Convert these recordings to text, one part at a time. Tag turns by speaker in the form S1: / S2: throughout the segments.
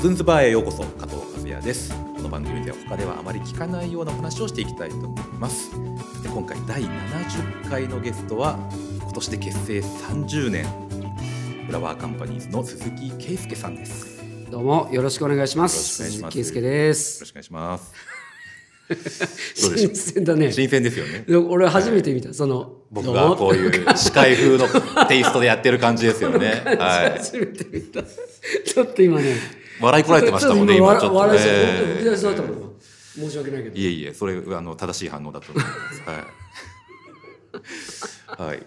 S1: ズンズバーへようこそ加藤和也ですこの番組では他ではあまり聞かないようなお話をしていきたいと思いますさて今回第70回のゲストは今年で結成30年フラワーカンパニーズの鈴木圭介さんですよ
S2: どうもよろしくお願いしま
S1: よ
S2: す。
S1: ろしくお願
S2: 鈴
S1: いします
S2: 木圭介で
S1: ろ
S2: す。
S1: しくお願いしますどうでしょう
S2: 新鮮だね。
S1: 新鮮ですよね
S2: 俺初めて見たその
S1: 僕がこう
S2: う。
S1: いう司会風のテイストでやってる感じですよね は
S2: 初めて見た。ちょっと今ね。
S1: い笑いこられてましたもんね
S2: ちょ
S1: 今
S2: っ
S1: ち
S2: と
S1: ょっ
S2: 今
S1: と
S2: 笑いそう本当に吹き出
S1: ね
S2: しそうだったもん今。申し訳ないけど。
S1: いえいえ、それあの正しい反応だと思います。はい。はい。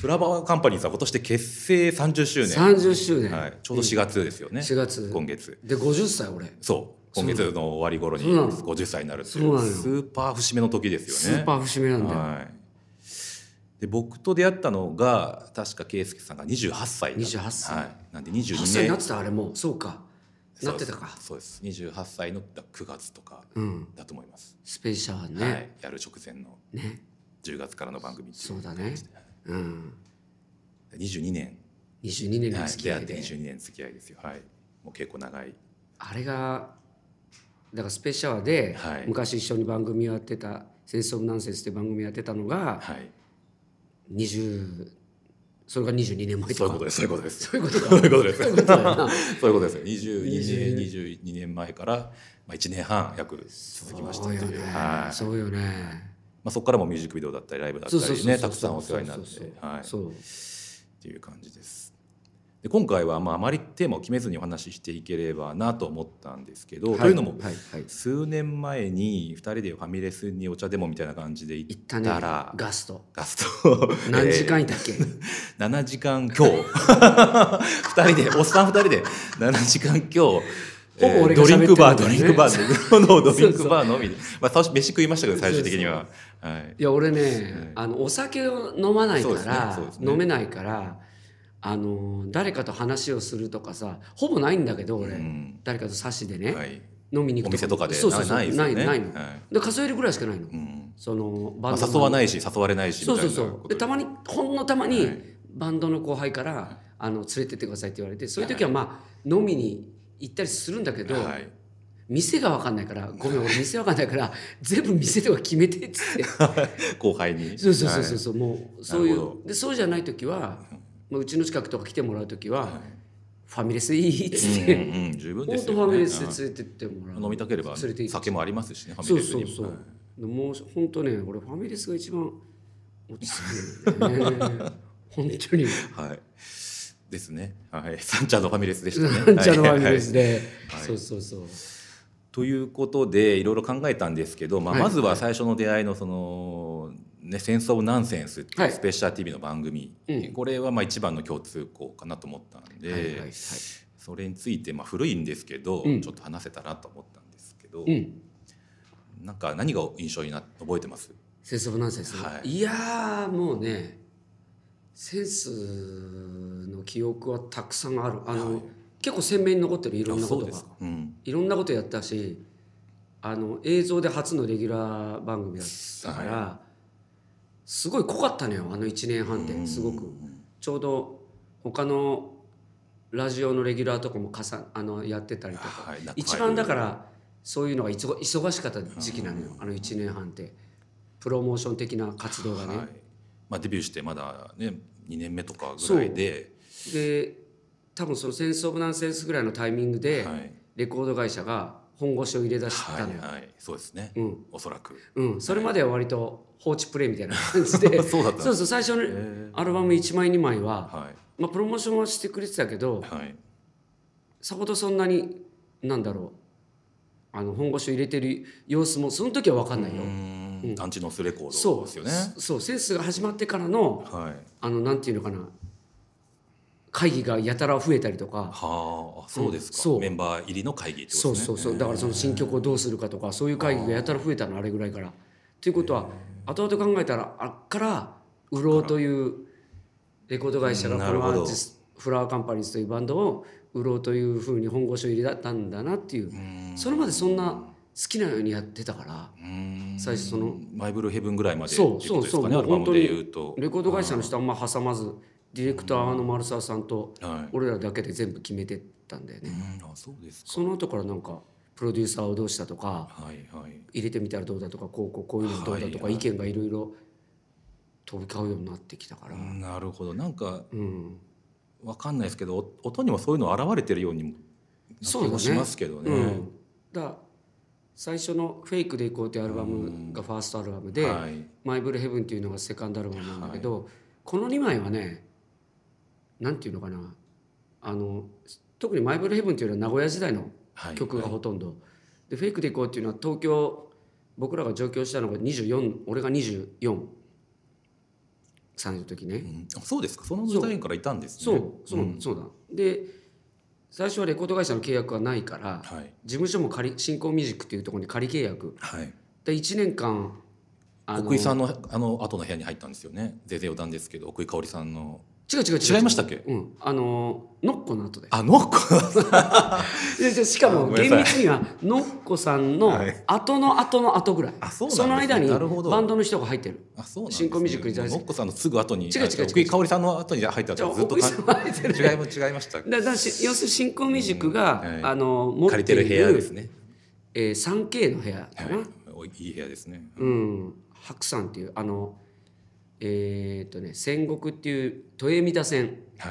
S1: フラワーカンパニーさん今年で結成30周年。
S2: 三十周年。
S1: はい。ちょうど4月ですよね。
S2: 4月
S1: 今月。
S2: で五十歳俺。
S1: そう。今月の終わり頃に
S2: そうなの
S1: 50歳になるってい
S2: そう
S1: う
S2: なのよ
S1: スーパー節目の時です
S2: ス
S1: よね。
S2: ーパー節目なんだよ。
S1: はい。で僕と出会ったのが確か圭介さんが28歳だった
S2: 28歳
S1: はい、なんで22
S2: 八
S1: 年
S2: 歳になってたあれもうそうか。
S1: そう
S2: なってたか。
S1: そうです28歳の9月とか
S2: うん。
S1: だと思います、
S2: スペースシャワー
S1: は
S2: ね。
S1: い、やる直前の
S2: ね。
S1: 10月からの番組ってい
S2: そうだね。うん。
S1: 22年、
S2: 二十二年の
S1: はい、
S2: 付き
S1: 出
S2: 合
S1: 会っ
S2: い
S1: て
S2: で。
S1: 22年付き合いですよはいもう結構長い
S2: あれがだからスペシャルで、
S1: はい
S2: 昔一緒に番組をやってた「センス・オブ・ナンセンス」っていう番組やってたのが
S1: はい
S2: 20それが22年前
S1: そういうこ
S2: とか
S1: とですそういうことです
S2: そういうことか
S1: そういうこと ですそういうこ
S2: だよな
S1: とです22年22年前から、まあ、1年半約続きました
S2: そう
S1: って
S2: よ
S1: いう
S2: ね、
S1: はい
S2: そうよね
S1: まあ、そこからもミュージックビデオだったりライブだった
S2: そうそ
S1: り
S2: うそうそ
S1: ね
S2: う
S1: たくさんお世話になって
S2: そうそうそう
S1: はい、っ
S2: そう
S1: ていう感じですで今回はまああまりテーマを決めずにお話ししていければなと思ったんですけど、というのも、
S2: はいはい、
S1: 数年前に2人でファミレスにお茶でもみたいな感じで行
S2: 行
S1: っ
S2: ったね
S1: たら、
S2: ガスト
S1: ガスト
S2: 何時間いたっけ、
S1: 7時間強 二人でおっさん二人で7時間強
S2: ほぼ俺が
S1: ドリンクバー、
S2: 喋
S1: ド
S2: って
S1: リ
S2: る
S1: ン
S2: んだよね
S1: クバーのドリンクバーのみで、まあ、最初飯食いましたけど最終的には はい
S2: いや俺ね、あのお酒を飲まないか
S1: そうですね
S2: ら、
S1: そうですね
S2: 飲めないからあの誰かと話をするとかさほぼないんだけど俺、
S1: うん
S2: 誰かと差しでね、
S1: はい
S2: 飲みに行
S1: お
S2: く
S1: 店とかで
S2: そうそうそう
S1: な
S2: ないい
S1: です
S2: な
S1: よ
S2: い
S1: ね
S2: の、
S1: はい
S2: で数えるぐらいしかないの、
S1: うん
S2: そのバ
S1: ま
S2: ン
S1: あ、
S2: ドの
S1: 誘わないし誘われないしみ
S2: そう
S1: たい
S2: そう
S1: な
S2: そう
S1: こ
S2: で
S1: と
S2: たまにほんのたま
S1: は
S2: に
S1: い
S2: バンドの後輩から、あの連れてってくださいって言われてそういう時はまあ飲みに行ったりするんだけど、
S1: はい
S2: 店が分かんないからごめん俺店分かんないから全部店とか決めてっつって
S1: 後輩に
S2: そうそうそう
S1: は
S2: そ
S1: いう
S2: そうもうそうい
S1: なるほ
S2: うでそうじゃない時は、まあ、うちの近くとか来てもらう時は、ファミレスいいっつっ
S1: うん
S2: て、
S1: うん十分
S2: ほ
S1: で
S2: ん
S1: す
S2: と
S1: よ、ね、
S2: ファミレスで連れてってもらう
S1: 飲みたければ
S2: 連れて行く
S1: 酒もありますしねファ
S2: そ
S1: ミ
S2: う
S1: レス
S2: そ
S1: に
S2: う
S1: も
S2: そう
S1: はい。
S2: もう本当ね、俺ファミレスが一番落ち着くんだよ ね。本当に。
S1: はい。ですね。はい。サンチャのファミレスでしたね。
S2: なんちゃらファミレス
S1: はい
S2: で。
S1: はい
S2: そうそうそう。
S1: ということでいろいろ考えたんですけど、まあ、
S2: はい
S1: まずは最初の出会いのその、ね「センス・オブ・ナンセンス」ってい
S2: は
S1: う
S2: い
S1: スペシャル TV の番組、
S2: うん
S1: これはまあ一番の共通項かなと思ったんで、
S2: はいはいはい。
S1: それについてまあ古いんですけど、
S2: うん
S1: ちょっと話せたらと思ったんですけど、
S2: うん。
S1: なんか何が印象にな覚えてます
S2: センスオブナンセンス
S1: は。い
S2: いやー、もうね、センスの記憶はたくさんある。あ
S1: はい
S2: の、結構鮮明に残ってる、いろんな
S1: あ
S2: こ
S1: そう
S2: と
S1: で
S2: が
S1: す。、うん
S2: いろんなことやったし、あの、映像で初のレギュラー番組だったから、すごい濃かったのよ、あの1年半って、すごく。ちょうど他のラジオのレギュラーとかもかさあのやってたりとか
S1: はい
S2: 一番だからそういうのがいつご忙しかった時期なのよあの1年半ってプロモーション的な活動がね、
S1: はいまあ、デビューしてまだね2年目とかぐらいで、
S2: で多分その「センス・オブ・ナンセンス」ぐらいのタイミングで
S1: はい
S2: レコード会社が本腰を入れ出し
S1: は
S2: たの
S1: い
S2: よ、
S1: はい、そうですね、
S2: うん
S1: おそらく。
S2: うん、それまでは割と放置プレイみたいな感じ で
S1: そうだったんです
S2: そうそう最初のアルバム1枚2枚は、
S1: は
S2: まあ、プロモーションはしてくれてたけど
S1: い、はい、
S2: さほどそんなになんだろうあの本腰を入れてる様子もその時は分かんないうよ、
S1: ん、アンチノスレコー
S2: そ
S1: ド
S2: う
S1: ですよね。
S2: そそうセンスが始まってからの
S1: はい、
S2: あのなんていうのかな会議がやたら増えたりとか
S1: はあ、そうです
S2: うん
S1: か、
S2: そう
S1: メンバー入りの会議ってことで
S2: そう
S1: すね。
S2: そうそうだからその新曲をどうするかとかそういう会議がやたら増えたのあれぐらいから。ということは後々考えたらあっから売ろうというレコード会社が
S1: うん
S2: この
S1: な
S2: ア
S1: るほど
S2: ーティストフラワーカンパニーズというバンドを売ろうというふうに本腰を入れたんだなっていう
S1: うん
S2: それまでそんな好きなようにやってたから
S1: うん
S2: 最初その
S1: マイブルーヘブンぐらいまでってい
S2: そう
S1: ことですか
S2: そう
S1: ね、
S2: そ
S1: ア
S2: う
S1: ルバムで言うと。
S2: レコード会社の人あんま挟まずディレクターの丸沢さんと
S1: はい
S2: 俺らだけで全部決めてったんだよね、
S1: うんあそうですか
S2: その後からなんかプロデューサーをどうしたとか
S1: はいはい
S2: 入れてみたらどうだとかこうこうこういうのどうだとか
S1: はい
S2: 意見がいろいろ飛び交うようになってきたから、うん
S1: なるほどなんかわかんないですけどお音にもそういうの現れてるようにも気
S2: そうだね
S1: もしますけどね。
S2: うんだから最初の「フェイクでいこう」というアルバムがファーストアルバムで
S1: はい
S2: 「マイブルヘブン」っていうのがセカンドアルバムなんだけど、この2枚はねなんていうのかなあの特に「マイブルヘブン」っていうのは名古屋時代の
S1: はい、
S2: 曲が
S1: はい
S2: ほとんど、で「フェイクでいこう」っていうのは東京僕らが上京したのが24俺が24歳の時ね、
S1: うんあそうですかその時代からいたんですね。
S2: そうそう、
S1: ん
S2: そうだで最初はレコード会社の契約がないから
S1: はい
S2: 事務所も仮新興ミュージックっていうところに仮契約
S1: はい。
S2: で1年間
S1: 奥井さんのあの後の部屋に入ったんですよね。全然余談ですけど奥井香織さんの
S2: 違う違う違う
S1: 違いましたっけ？
S2: うんあのノッコの後で
S1: あの子
S2: しか
S1: あご
S2: も
S1: めん
S2: 厳
S1: なさい
S2: 密にはノッコさんの
S1: はい
S2: 後の後の後ぐらい、
S1: あそうなんですね
S2: その間に
S1: なるほど
S2: バンドの人が入ってる
S1: あそうなんです、ね。
S2: 新興ミュージックに在籍
S1: のっこさんのすぐ後に
S2: 違う違う違う
S1: あ奥井香織さんの後に入った
S2: じゃあ
S1: ずっと
S2: 奥井さんは入ってる
S1: 違いも違いました。
S2: だだし要するに新興ミュージックが、
S1: うんはい
S2: あの持っ
S1: 借
S2: てい
S1: りてる部屋ですね。
S2: えー 3K の部屋かな、
S1: はいお、いい部屋ですね。
S2: うん、白山っていうあのえーっとね戦国っていう豊見田線、
S1: は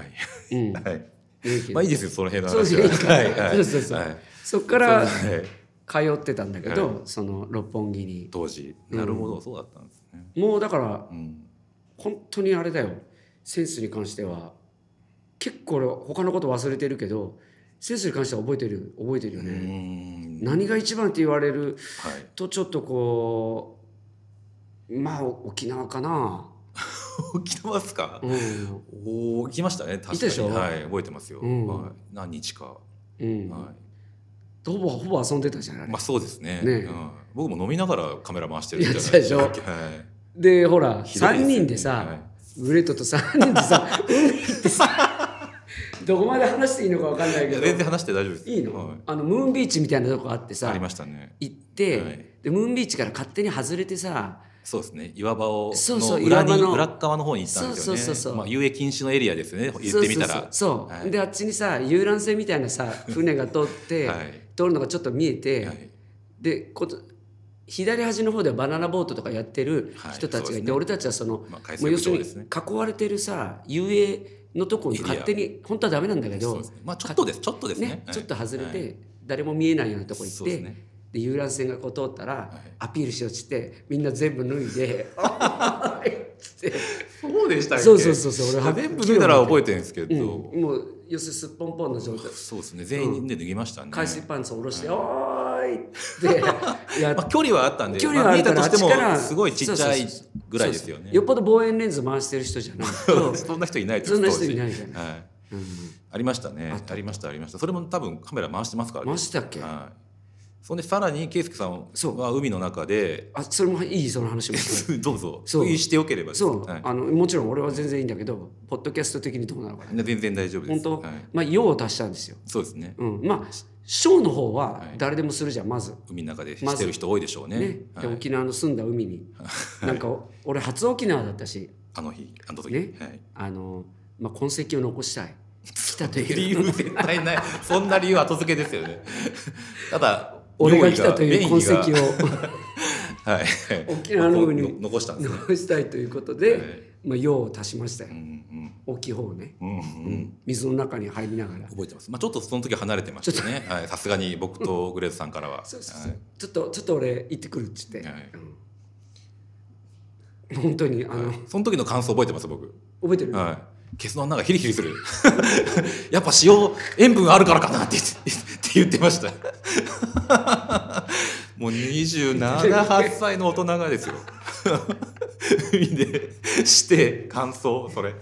S1: い。
S2: うん、
S1: はい。
S2: いいけど
S1: まあいいですよその辺の
S2: そう
S1: 話
S2: そ
S1: は。
S2: うそう
S1: はいはい。
S2: そうそうそう
S1: はい
S2: そっから
S1: そうですね
S2: 通ってたんだけど、その六本木に
S1: 当時なるほど、そうだったんですね。
S2: もうだから
S1: うん。
S2: 本当にあれだよセンスに関しては結構俺他のこと忘れてるけどセンスに関しては覚えてる覚えてるよ
S1: うー
S2: ね、
S1: ん
S2: 何が一番って言われる
S1: はい。
S2: とちょっとこうまあ沖縄かな、
S1: 来てますか。
S2: うん
S1: おお、来ましたね。確かに。
S2: いたでしょ
S1: はい、覚えてますよ。
S2: うん
S1: はい、何日か。
S2: うん
S1: は
S2: ほぼほぼ遊んでたじゃない
S1: い。まあ、そうですね。
S2: ね
S1: うん、僕も飲みながらカメラ回してるみたいな。
S2: やってたでしょ
S1: はい。
S2: でほら
S1: ひどいです
S2: 3
S1: よね
S2: 人でさ、
S1: はい
S2: グレートと3人でさ海行ってさどこまで話していいのか分かんない
S1: い
S2: け
S1: や、
S2: ど
S1: 全然話して大丈夫です。
S2: いいの,、
S1: はい
S2: あのムーンビーチみたいなとこあってさ
S1: ありましたね。
S2: 行って、
S1: はい
S2: でムーンビーチから勝手に外れてさ
S1: そうですね。岩場を。
S2: そうそう
S1: の裏に
S2: 岩場の
S1: 裏っ側の方に行ったんですよね。
S2: そうそうそうそう
S1: まあ、遊泳禁止のエリアですね。言ってみたら。
S2: そうそうそうそう
S1: はい
S2: であっちにさ遊覧船みたい なさ船が通って、
S1: はい。
S2: 通るのがちょっと見えて、
S1: はい。
S2: でこと左端の方ではバナナボートとかやってる人た
S1: はいそ
S2: ちがいて、
S1: うですね
S2: 俺たちはその、
S1: まあ、海
S2: もう
S1: 水
S2: 要す
S1: 浴場
S2: るに
S1: ですね。
S2: 囲われてるさ遊泳のとこに勝手に本当はダメなんだけ
S1: そう
S2: ど
S1: ですね。まあ、ちょっとです。ちょっとですね。
S2: ね
S1: はい
S2: ちょっと外れ
S1: はい
S2: て誰も見えないようなとこ行
S1: そ
S2: っ
S1: うで
S2: て
S1: すね。
S2: で遊覧船がこう通ったら
S1: い
S2: アピールしようっつってみんな全部脱い で「おーいっつって
S1: そうでしたっけ
S2: そうそうそうそう俺
S1: 全部脱いだら覚えてるんですけど、
S2: うんもう要するにすっぽんぽんの状態
S1: そうですね全員で脱ぎましたね、
S2: 海水パンツを下ろして「おーい!」ってや っ
S1: まあ、距離はあったんで
S2: 距離はあるから
S1: まあ見えたとしても
S2: あっちから
S1: すごいちっちゃ
S2: そ
S1: いう
S2: そ
S1: ぐらいですよね
S2: よっぽど望遠レンズ回してる人じゃないと
S1: そんな人いないです
S2: そんな人いないじゃな
S1: 当時
S2: い
S1: はい
S2: うん
S1: ありましたねありましたありましたそれも多分カメラ回してますからね
S2: 回してたっけ
S1: はい、そんでさらに圭介さん
S2: そう
S1: は海の中で
S2: あそれもいいその話 も
S1: どうぞ
S2: そう
S1: 注意してよければです
S2: そう、
S1: はい
S2: あのもちろん俺は全然いいんだけどポッドキャスト的にどうなのかな
S1: 全然大丈夫で
S2: 本
S1: す
S2: 当、
S1: はい、
S2: まあ用を足したんですよ、
S1: そうですね
S2: うん、まあショーの方はい誰でもするじゃんまず
S1: 海の中でしてる人多いでしょうね,
S2: ね
S1: はい、
S2: で沖縄の住んだ海に、なんかお俺初沖縄だったし
S1: あの日あの時、
S2: ね
S1: はい
S2: あの、まあ、痕跡を残したい来たと
S1: 理
S2: いう
S1: 由絶対 ないそんな理由後付けですよね ただ
S2: 俺が来たという
S1: 用意が
S2: 痕跡
S1: 便宜
S2: を
S1: がはい
S2: 沖縄の海に
S1: の残したんですよ、
S2: 残したいということで、
S1: はい
S2: まあ、用を足しましたよ
S1: うん
S2: 大きい方をね、
S1: うんうん
S2: う
S1: うん
S2: ん、水の中に入りながら
S1: 覚えてます、まあ、ちょっとその時離れてましたねはいさすがに僕とグレーズさんからは
S2: そうそうそう、ちょっとちょっと俺行ってくるっつって、
S1: はい
S2: うん本当にあの、
S1: はいはいその時の感想覚えてます僕
S2: 覚えてる、
S1: はいケツの穴がヒリヒリする やっぱ塩塩分あるからかなって言ってって言ってました もう278歳の大人がですよ海でして感想それ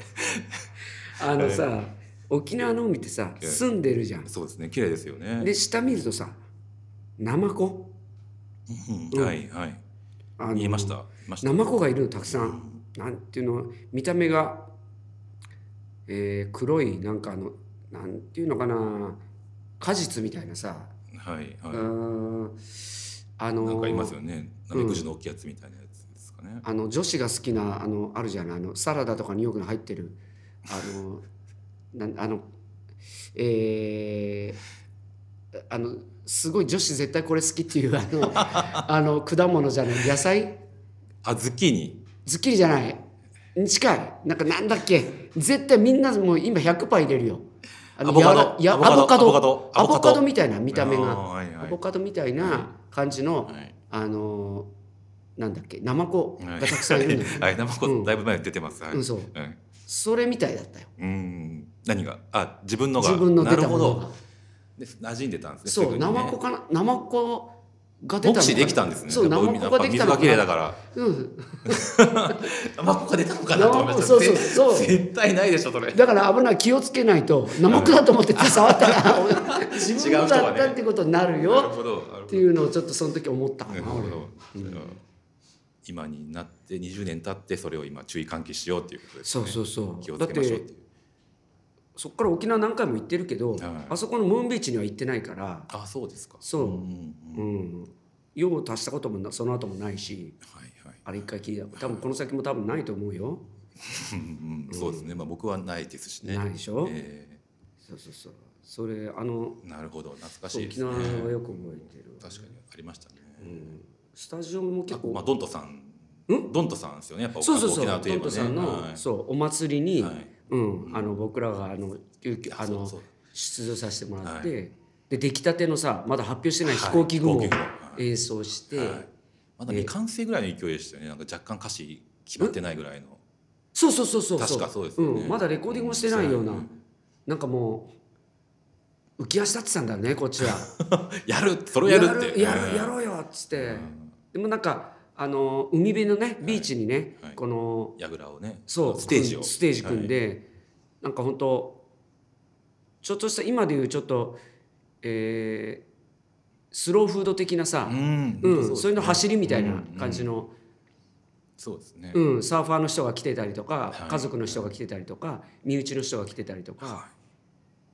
S2: あのさ、沖縄の海ってさ
S1: え
S2: 住んでるじゃん
S1: そうですね綺麗ですよね
S2: で下見るとさナマコ
S1: うんはいはい
S2: あの
S1: 見えました見ました
S2: ナマコがいるのたくさん、なんていうの見た目が、えー黒いなんかあのなんていうのかな果実みたいなさ、
S1: はいは
S2: う
S1: い
S2: ーんあの
S1: なんかいますよねナメクジの大きいやつみたいなやつですかね
S2: あの女子が好きなあのあるじゃないあのサラダとかによく入ってるあのなんあのえーあのすごい女子絶対これ好きっていうあ のあの果物じゃない野菜
S1: あズッキーニ
S2: ズッキリじゃないに近いなんかなんだっけ絶対みんなもう今100パー入れるよあの
S1: アボカド
S2: やわらや
S1: ア
S2: ア
S1: ボカ
S2: ボ
S1: ド
S2: カド
S1: アボカドア
S2: アボ
S1: ボカ
S2: カ
S1: ド
S2: ドみたいな見た目
S1: あ
S2: が
S1: ーはいは
S2: ア
S1: い
S2: ボカドみたいな感じの、
S1: はい
S2: あのーなんだっけナマコ
S1: は
S2: が
S1: い
S2: たくさんいる んだよ、
S1: はい生子、
S2: うん
S1: だいぶ前に出てますはい、
S2: うんそう
S1: はい
S2: それみたいだったよ
S1: うん何があ自分のが
S2: 自分の出
S1: な
S2: た
S1: るほ
S2: もの
S1: ど
S2: が
S1: で馴染んでたんですね
S2: そう、
S1: すぐにね
S2: ナマコかなナマコが出たのか
S1: 目
S2: な
S1: 視できたんですね
S2: そう
S1: や
S2: ナ
S1: っぱ
S2: マ
S1: 海
S2: コができた
S1: やっぱ水が綺麗だ
S2: ら
S1: から
S2: うん
S1: ナマコが出たのかなと思いました
S2: ナマコそうそうそう
S1: 絶絶対ないでしょそれ
S2: だから危ない気をつけないとナマコだと思って手触ったら俺自分
S1: 違う
S2: の
S1: 人がね
S2: だったってことになる
S1: なる
S2: よ
S1: ほどなるほ
S2: っ
S1: ど
S2: ていうのをちょっとその時思ったか
S1: なる
S2: な
S1: ほ
S2: 俺
S1: ど、今になって20年経ってそれを今注意喚起しようっていうことです
S2: そ
S1: ね
S2: うそうそ
S1: 気を
S2: うだ
S1: つ
S2: っ
S1: けましょうって
S2: て
S1: いう
S2: そっから沖縄何回も行ってるけど、
S1: い
S2: あそこのムーンビーチには行ってないから
S1: あそうですか
S2: そう
S1: うんうん
S2: うん用を足したこともなその後もないし
S1: はいはい
S2: あれ一回聞いた多分この先も多分ないと思うよ、
S1: うんうんそうですねまあ僕はないですしね
S2: ないでしょ、
S1: え
S2: そうそうそうそれあの
S1: ーなるほど懐かしいで
S2: 沖
S1: すね
S2: 縄はよく覚えてる、
S1: 確かにありましたね
S2: うん、スタジオも結
S1: あまあ
S2: 構
S1: ドントさん
S2: ん
S1: ドントさんですよねやっぱ
S2: そうそうそ
S1: 沖縄
S2: う
S1: とい
S2: ト
S1: え
S2: ン
S1: ばね
S2: トさんの、
S1: はい
S2: そうお祭りに、
S1: はい
S2: うん、あの僕らがあの急遽あ
S1: そ
S2: の
S1: うそう
S2: 出場させてもらって、
S1: は
S2: で出来たてのさまだ発表してない
S1: はい
S2: 飛行機雲を
S1: 飛行機雲はい
S2: 演奏して、
S1: はいまだ未完成ぐらいの勢いでしたよねなんか若干歌詞決まってないぐらいの
S2: そうそうそうそう
S1: 確かそうですよね
S2: ん、まだレコーディングもしてないような、
S1: うん
S2: なんかもう浮き足立ってたんだよねこっ ちは
S1: やるそれをやるって
S2: やるや
S1: う
S2: ろうよっつって、
S1: ん
S2: でもなんかあの海辺のねビーチにね、
S1: はい
S2: この
S1: やぐらをね
S2: そう
S1: ステージを
S2: ステージ組んで、なんか本当ちょっとした今でいうちょっと、えースローフード的なさ
S1: う、ん
S2: うん
S1: ですね
S2: そういうの走りみたいな感じの、
S1: そうですね
S2: うんサーファーの人が来てたりとか、
S1: はい
S2: 家族の人が来てたりとか身内の人が来てたりとか、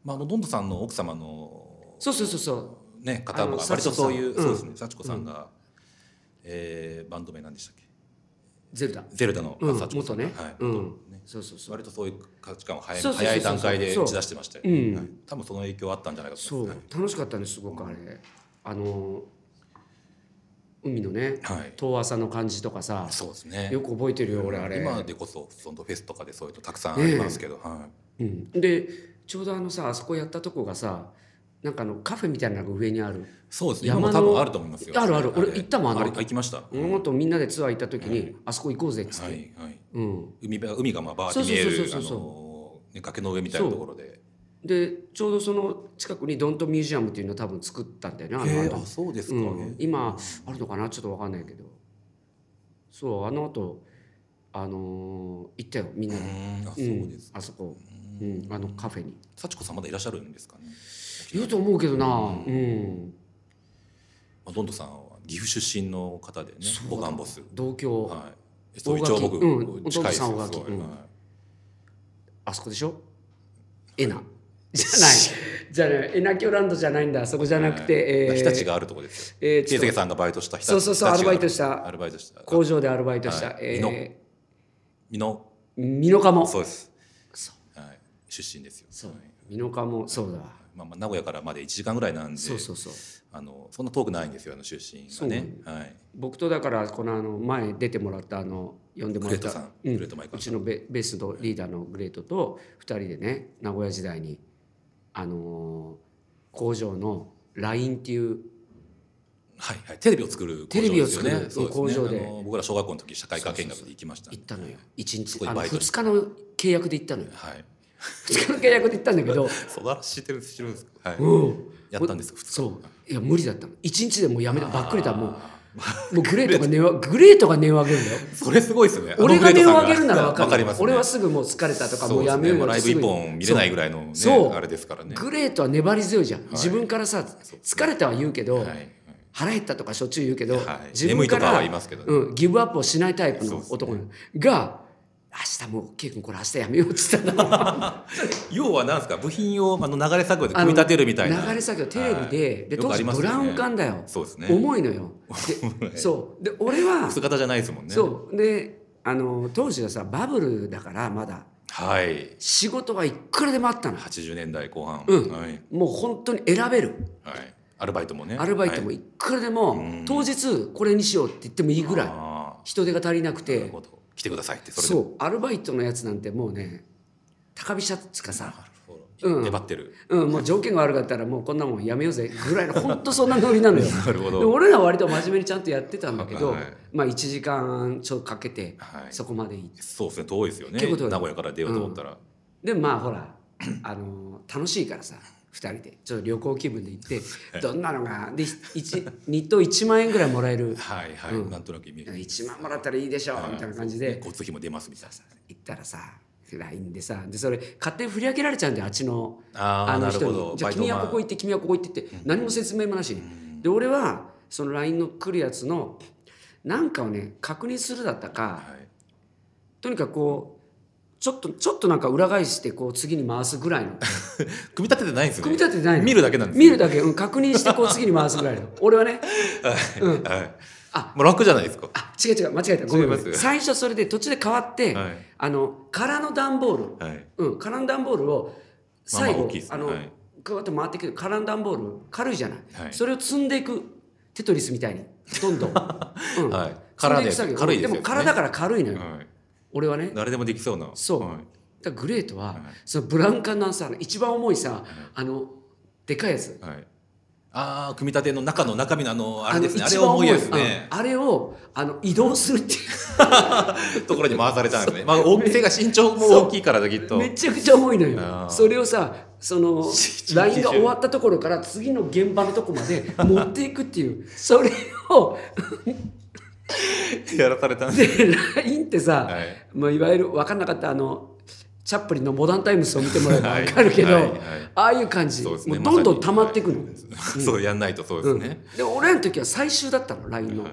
S1: まああのどんどさんの奥様の
S2: そうそうそうそう
S1: ね方
S2: あ
S1: も
S2: の
S1: 割とそういう
S2: 幸子さん
S1: そうですね幸子さんがえーバンド名なんでしたっけ
S2: ゼルダ、
S1: ゼルダの
S2: うん、
S1: 幸子さ
S2: 元
S1: んが
S2: ね,、
S1: はい
S2: うん
S1: ね
S2: そうそうそう
S1: 割とそういう価値観を早い
S2: そうそうそうそ
S1: 早
S2: う
S1: い段階で打ち出してましたよ
S2: うん
S1: はい多分その影響はあったんじゃないかと
S2: そ
S1: 思いうます
S2: 楽しかったねすごくあれ、あの海のね
S1: はいはい
S2: 遠浅の感じとかさ
S1: そうですね
S2: よく覚えてるよ俺あれ、
S1: 今でこそそのフェスとかでそういうのたくさんありますけどは
S2: うん、でちょうどあのさあそこやったとこがさなんかあのカフェみたいなのが上にある
S1: いそうですね今も
S2: 山の
S1: 多分あると思いますよ
S2: あるある俺
S1: はい
S2: 行ったもんあの
S1: あれ行きました
S2: 俺もっとみんなでツアー行った時に、あそこ行こうぜっつって、
S1: はいはい
S2: うん、
S1: 海辺海がまあバーって見え
S2: そう
S1: る
S2: そう
S1: あ
S2: そうそうそう
S1: のね崖の上みたいなところで
S2: でちょうどその近くにドントミュージアムっていうのを多分作ったんだよねあの
S1: へ
S2: 後
S1: えあそうですか
S2: う
S1: ね
S2: ん、今あるのかなちょっとわかんないけどそうあの後あのー行ったよみんなで、
S1: うんあそううんです
S2: あそこ、うん、あのカフェに
S1: 幸子さんまだいらっしゃるんですかね
S2: 言うと思うけどなうん、
S1: まあどんどさんは岐阜出身の方でね
S2: そう
S1: ボガンボス
S2: 同居、
S1: はいそう一応僕
S2: うん
S1: 近いですよす
S2: お父さん大
S1: ご
S2: 垣
S1: い
S2: うん
S1: はい
S2: あそこでしょえなじゃない じゃないえなきょランドじゃないんだそこじゃなくて、えー
S1: 日立があるとこですよ
S2: えー
S1: 圭
S2: ちょっ
S1: 介さんがバイトした日立
S2: そうそうそう
S1: 日立がある
S2: アルバイトした
S1: アルバイトした
S2: と工場でアルバイトした、
S1: はい
S2: え
S1: 美濃
S2: ー、美濃加も
S1: そうです
S2: そ
S1: はい出身ですよ
S2: そう
S1: はい
S2: 美濃加もそうだ
S1: まあまあ名古屋からまで1時間ぐらいなんで
S2: そうそうそう
S1: あのそんな遠くないんですよあの出身がねはい
S2: 僕とだからこのあの前出てもらったあの呼んでも
S1: グレ
S2: らっ
S1: ート
S2: た
S1: さん
S2: う
S1: グ
S2: ん
S1: レートマイ
S2: う
S1: カ
S2: ちのベベースのリーダーのグレートと2人でね名古屋時代にあのー工場の LINE っていう
S1: はいはいテレビを作る工場
S2: テレビを
S1: ですよ
S2: 作る
S1: ねそうですね
S2: 工場で
S1: あの僕ら小学校の時社会科見学で行きました
S2: 行ったのよ1
S1: そ
S2: 日
S1: こで
S2: あの
S1: バイト
S2: 2日の契約で行ったのよ
S1: はい
S2: 2日の契約で行ったんだけど
S1: そだらしってる知るんですかはい
S2: うん
S1: やったんですか
S2: そういや無理だったの1日でもうやめたばっくりだ もうもうグレートが値をグレートが値を上げるんだよ
S1: それすごいですよねあの
S2: 俺が値を上げるなら
S1: グレートさんが
S2: 分かる
S1: わかりますね
S2: 俺はすぐもう疲れたとか
S1: そ
S2: もう
S1: うで
S2: や
S1: す
S2: め
S1: ね
S2: よう
S1: もう
S2: よ
S1: ライブ一本見れないぐらいの
S2: そう
S1: ねあれですからね
S2: グレートは粘り強いじゃん、自分からさ疲れたは言うけど、
S1: はいはい
S2: 腹減ったとかしょっちゅう言うけど、
S1: はい
S2: 自
S1: 眠
S2: 分
S1: いと
S2: か
S1: かは
S2: ら
S1: 言いますけどね
S2: うん、ギブアップをしないタイプの
S1: そうで
S2: 男なのが明日もう K 君これ明日やめようって言ったの
S1: 要はなんですか部品をあの流れ作業で組み立てるみたいな
S2: 流れ作業テレビで,、
S1: はい
S2: で
S1: よく
S2: 当
S1: あり
S2: 時
S1: ます
S2: ブ
S1: よね
S2: ラウン管だよ、
S1: そうですね
S2: 重いのよで そうで俺は、
S1: 薄型じゃないですもんね
S2: そうであの当時はさバブルだからまだ
S1: はい
S2: 仕事はいくらでもあったの
S1: 80年代後半、
S2: うん
S1: はい、
S2: もう本当に選べる
S1: はい、アルバイトもね
S2: アルバイトも
S1: いい
S2: いくらでも、
S1: うん
S2: 当日これにしようって言ってもいいぐらい
S1: あ
S2: 人手が足りなく
S1: ーなる
S2: て
S1: ほど来てくださいってそれで
S2: そうアルバイトのやつなんてもうね高飛車っつうか
S1: な
S2: さ
S1: る、ほど
S2: うん
S1: 粘ってる、
S2: うん、もう条件が悪かったらもうこんなもんやめようぜ ぐらいの本当そんなノリなのよ
S1: なるほ
S2: で
S1: ど
S2: 俺らは割と真面目にちゃんとやってたんだけど、
S1: はい
S2: まあ1時間ちょっとかけて
S1: はい
S2: そこまで行って
S1: そうですね遠いですよね
S2: 結構遠い
S1: 名古屋から出ようと思ったら、
S2: でまあほらあの楽しいからさ2人でちょっと旅行気分で行 ってどんなのがで一日当1万円ぐらいもらえる
S1: はいはい、
S2: うん
S1: なんとなくイメージ
S2: 1万もらったらいいでしょ
S1: はい
S2: みたいな感じ
S1: ね
S2: で
S1: 交通費も出ますみたい
S2: 行ったらさ LINE でさでそれ勝手に振り分けられちゃうんだよあっちの
S1: なあ
S2: あ
S1: あ
S2: の
S1: なる
S2: 人
S1: ほ
S2: に
S1: ど
S2: じゃあ君はここ行って君はここ行ってって何も説明もなしにで俺はその LINE の来るやつのなんかをね確認するだったか
S1: はい
S2: とにかくこうちょっとちょっとなんか裏返してこう次に回すぐらいの
S1: 組み立ててないんですよね
S2: 組み立ててないの
S1: 見るだけなんです
S2: 見るだけ、うん、確認してこう次に回すぐら いの俺はね
S1: はい、 はい
S2: あ
S1: もう楽じゃないですか
S2: あ違う違う間違えたごめんごめ
S1: 違いま
S2: ん
S1: す
S2: 最初それで途中で変わって、
S1: はい
S2: あの空の段ボール、
S1: はい
S2: うん、空の段ボールを最
S1: まあまあ
S2: 後
S1: 大きいですね
S2: あの
S1: はい
S2: グワッと回ってくる空の段ボール軽いじゃない、
S1: はい
S2: それを積んでいくテトリスみたいにど んどん、うん
S1: はい
S2: 積ん
S1: 空
S2: でい
S1: で
S2: く作業
S1: 軽いですよね
S2: でも空だから軽いのよ、
S1: はい
S2: 俺はね
S1: 誰でもできそうな
S2: そう
S1: はい
S2: だからグレートは、
S1: はい
S2: そのブラウン管のさ一番重いさ、あのでかいやつ
S1: はい、ああ組み立ての中の中身のあのあれ
S2: の
S1: ですねあれ
S2: 一番
S1: 重いですね
S2: うんあれをあの移動するってい
S1: ところに回されたん ですねまあ大きさが身長も大きいからだきっ
S2: う
S1: と
S2: めちゃくちゃ重いの
S1: あー
S2: よそれをさ その
S1: 一日中
S2: LINE が終わったところから次の現場のとこまで持っていくっていう それを
S1: やらされたんです
S2: で LINE ってさ、
S1: はい
S2: まあ、いわゆる分かんなかったあのチャップリンのモダンタイムスを見てもらえば分かるけど、
S1: はいはいはい
S2: ああいう感じ
S1: そうですね
S2: もうどんどん
S1: ま
S2: 溜
S1: さに
S2: まっていくの、
S1: そうやんないとそうですね、
S2: うんで俺らの時は最終だったの LINE の、
S1: はい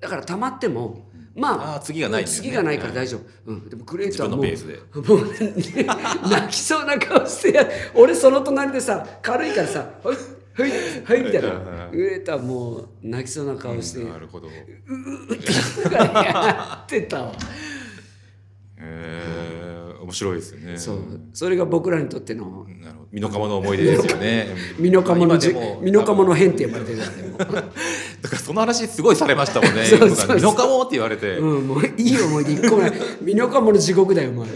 S2: だから溜まってもまあ
S1: あー次がないんだよね
S2: 次がないから大丈夫、うん、でもグレー
S1: 自
S2: トは
S1: 分
S2: も
S1: の
S2: う
S1: ペースで
S2: もう、ね、 泣きそうな顔してや俺その隣でさ軽いからさ「はいはいはい」みたい
S1: はいはいは
S2: ないグレートはもう泣きそうな顔して、
S1: なるほどへ
S2: やってたわ、
S1: え面白いですね
S2: そうそれが僕らにとっての
S1: なるほど身の釜の思い出ですよね
S2: 身の釜
S1: まあ
S2: の
S1: 今で
S2: じ
S1: も
S2: 身の釜の変って呼ばれてるんだけど
S1: だからそ の話すごいされましたもんね
S2: そうそうそう
S1: 身の釜って言われて、
S2: うんもういい思い出一個もない身の釜の地獄だよお前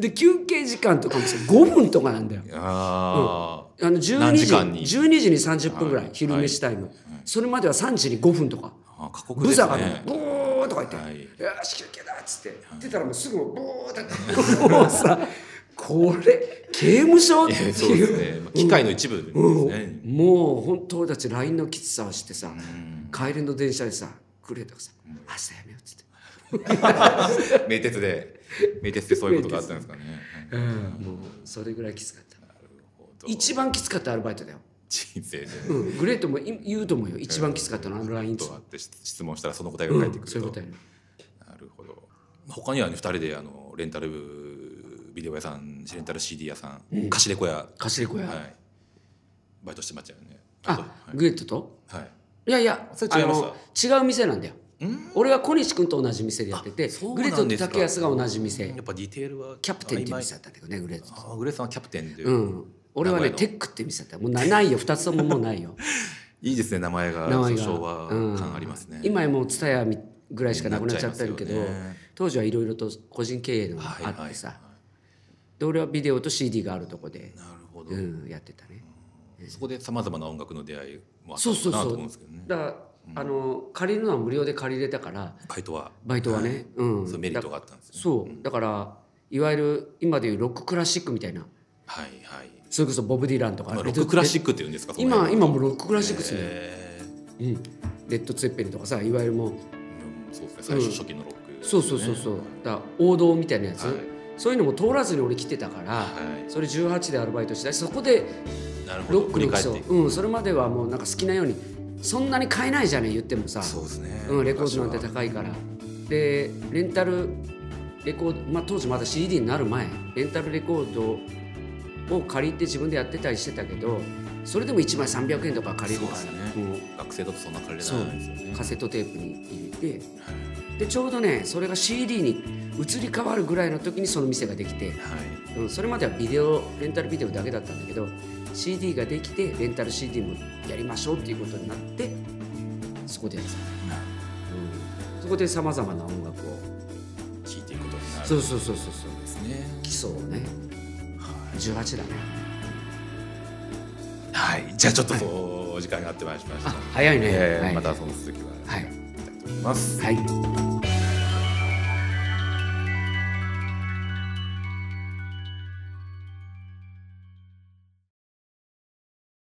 S2: で休憩時間とかもさ5分とかなんだよ
S1: ああ、
S2: あの12時
S1: 何時間に
S2: 12時に30分ぐらい、
S1: はい
S2: 昼飯タイム、それまでは3時に5分とか、
S1: あー過酷
S2: ブ
S1: です
S2: ザーがね
S1: ね
S2: ブーとか言って「
S1: はい
S2: よし休憩だ」っつって言ってたらもうすぐブーだ ってもうさこれ刑務所って
S1: えー そう
S2: い
S1: で
S2: う
S1: すね、まあ、機械の一部ですね、
S2: もう本当俺たち LINE のきつさを知ってさ、帰りの電車でさグレートがさ「明日やめよう」っつって、
S1: 名鉄で名鉄でそういうことがあったんですかね
S2: もうそれぐらいきつかった
S1: ほど
S2: 一番きつかったアルバイトだよ、
S1: 人生で
S2: うん、グレートもい言うと思うよ一番きつかったのあの LINE っ
S1: と
S2: つう
S1: あ
S2: の
S1: って質質問したらその答えが返ってくると、
S2: そういうことやね
S1: なるほどまあ他にはね2人であのレンタルビデオ屋さんレンタル CD 屋さん、貸しレコ屋、は
S2: 貸しレコ
S1: い
S2: や、、
S1: バイトしてましたよねと
S2: あ、グレートと
S1: はい
S2: いやいや
S1: それ違いま
S2: あの違う店なんだよ俺は小西君と同じ店でやってて
S1: あそう
S2: グ
S1: なんで
S2: レ
S1: すか
S2: ートと竹安が同じ店
S1: やっぱディテールは
S2: キャプテンっていう店
S1: あ
S2: だったんだけどねグレートと
S1: 今あグレーさんはキャプテンで、
S2: うん俺は
S1: 名前
S2: ね
S1: の
S2: テックっていう店だったもうなないよ2つとももう ないよ
S1: いいですね名前が
S2: 名前が
S1: 昭和
S2: うん
S1: 感ありますね、
S2: 今やもう蔦屋ぐらいしかなくなっちゃってるけど
S1: なっちゃいますよね
S2: 当時はいろいろと個人経営のがあってさで俺はビデオと CD があるとこで
S1: なるほど、
S2: うんやってたね
S1: そこでさまざまな音楽の出会いもあった
S2: そう
S1: のか
S2: そう
S1: なと
S2: そ
S1: 思
S2: う
S1: うんですけどね
S2: だからあの借りるのは無料で借りれたから
S1: バイトは
S2: バイトはねうん
S1: そういうメリットがあったんですね
S2: そうだからいわゆる今でいうロッククラシックみたいな
S1: はいはい
S2: それこそボブ・ディランとか
S1: 今ロッククラシッ
S2: ク
S1: クっていうんですかその
S2: 今
S1: 辺
S2: 今もうロッククラシックですね、
S1: えー
S2: うん、レッド・ツェッペリンとかさいわゆるもう
S1: うんそうですね最初初期のロック、
S2: そうそうそうそうだから王道みたいなやつ、
S1: はい
S2: そういうのも通らずに俺来てたから、
S1: は
S2: それ18でアルバイトしたしそこで
S1: いなるほど
S2: ロック
S1: 振
S2: の
S1: り
S2: 基
S1: 返って
S2: 礎、うん、それまではもうなんか好きなようにそんなに買えないじゃね言ってもさ
S1: そうですね
S2: うん、レコードなんて高いからでレンタルレコード、まあ、当時まだ CD になる前レンタルレコードを借りて自分でやってたりしてたけどそれでも1枚300円とか借りるから
S1: そうです
S2: もう
S1: 学生だとそんな借りれないですよね
S2: カセットテープに入れてでちょうどねそれが CD に移り変わるぐらいの時にその店ができて、
S1: はい
S2: うん、それまではビデオレンタルビデオだけだったんだけど CD ができてレンタル CD もやりましょうっていうことになってそこでやってた、うん、そこでさまざまな音楽を
S1: 聞いていくことになる
S2: そ
S1: ん
S2: うそうそうそうそう
S1: ですね
S2: 基礎をね
S1: はい
S2: 18だね
S1: はいじゃあちょっとお時間があってまいりました
S2: あ早いね、
S1: えー
S2: はい
S1: またその続きは
S2: はい
S1: いきたいと思います
S2: はい